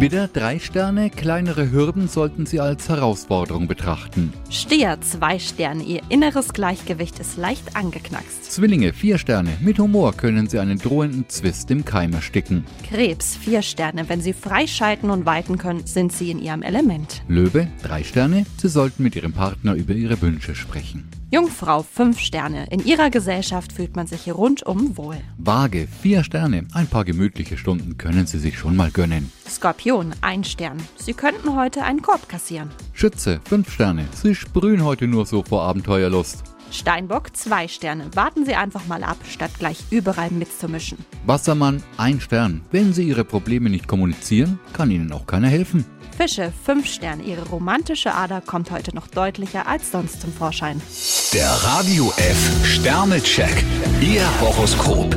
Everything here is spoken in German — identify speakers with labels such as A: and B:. A: Wieder drei Sterne, kleinere Hürden sollten Sie als Herausforderung betrachten.
B: Stier, zwei Sterne. Ihr inneres Gleichgewicht ist leicht angeknackst.
A: Zwillinge, vier Sterne, mit Humor können Sie einen drohenden Zwist im Keim ersticken.
B: Krebs, vier Sterne. Wenn Sie freischalten und weiten können, sind Sie in Ihrem Element.
A: Löwe, drei Sterne, Sie sollten mit Ihrem Partner über Ihre Wünsche sprechen.
B: Jungfrau, fünf Sterne. In Ihrer Gesellschaft fühlt man sich rundum wohl.
A: Waage, vier Sterne, ein paar gemütliche Stunden können Sie sich schon mal gönnen.
B: Skorpion, ein Stern. Sie könnten heute einen Korb kassieren.
A: Schütze, fünf Sterne, Sie sprühen heute nur so vor Abenteuerlust.
B: Steinbock, zwei Sterne. Warten Sie einfach mal ab, statt gleich überall mitzumischen.
A: Wassermann, ein Stern, wenn Sie Ihre Probleme nicht kommunizieren, kann Ihnen auch keiner helfen.
B: Fische, fünf Sterne. Ihre romantische Ader kommt heute noch deutlicher als sonst zum Vorschein.
C: Der Radio F Sternecheck. Ihr Horoskop.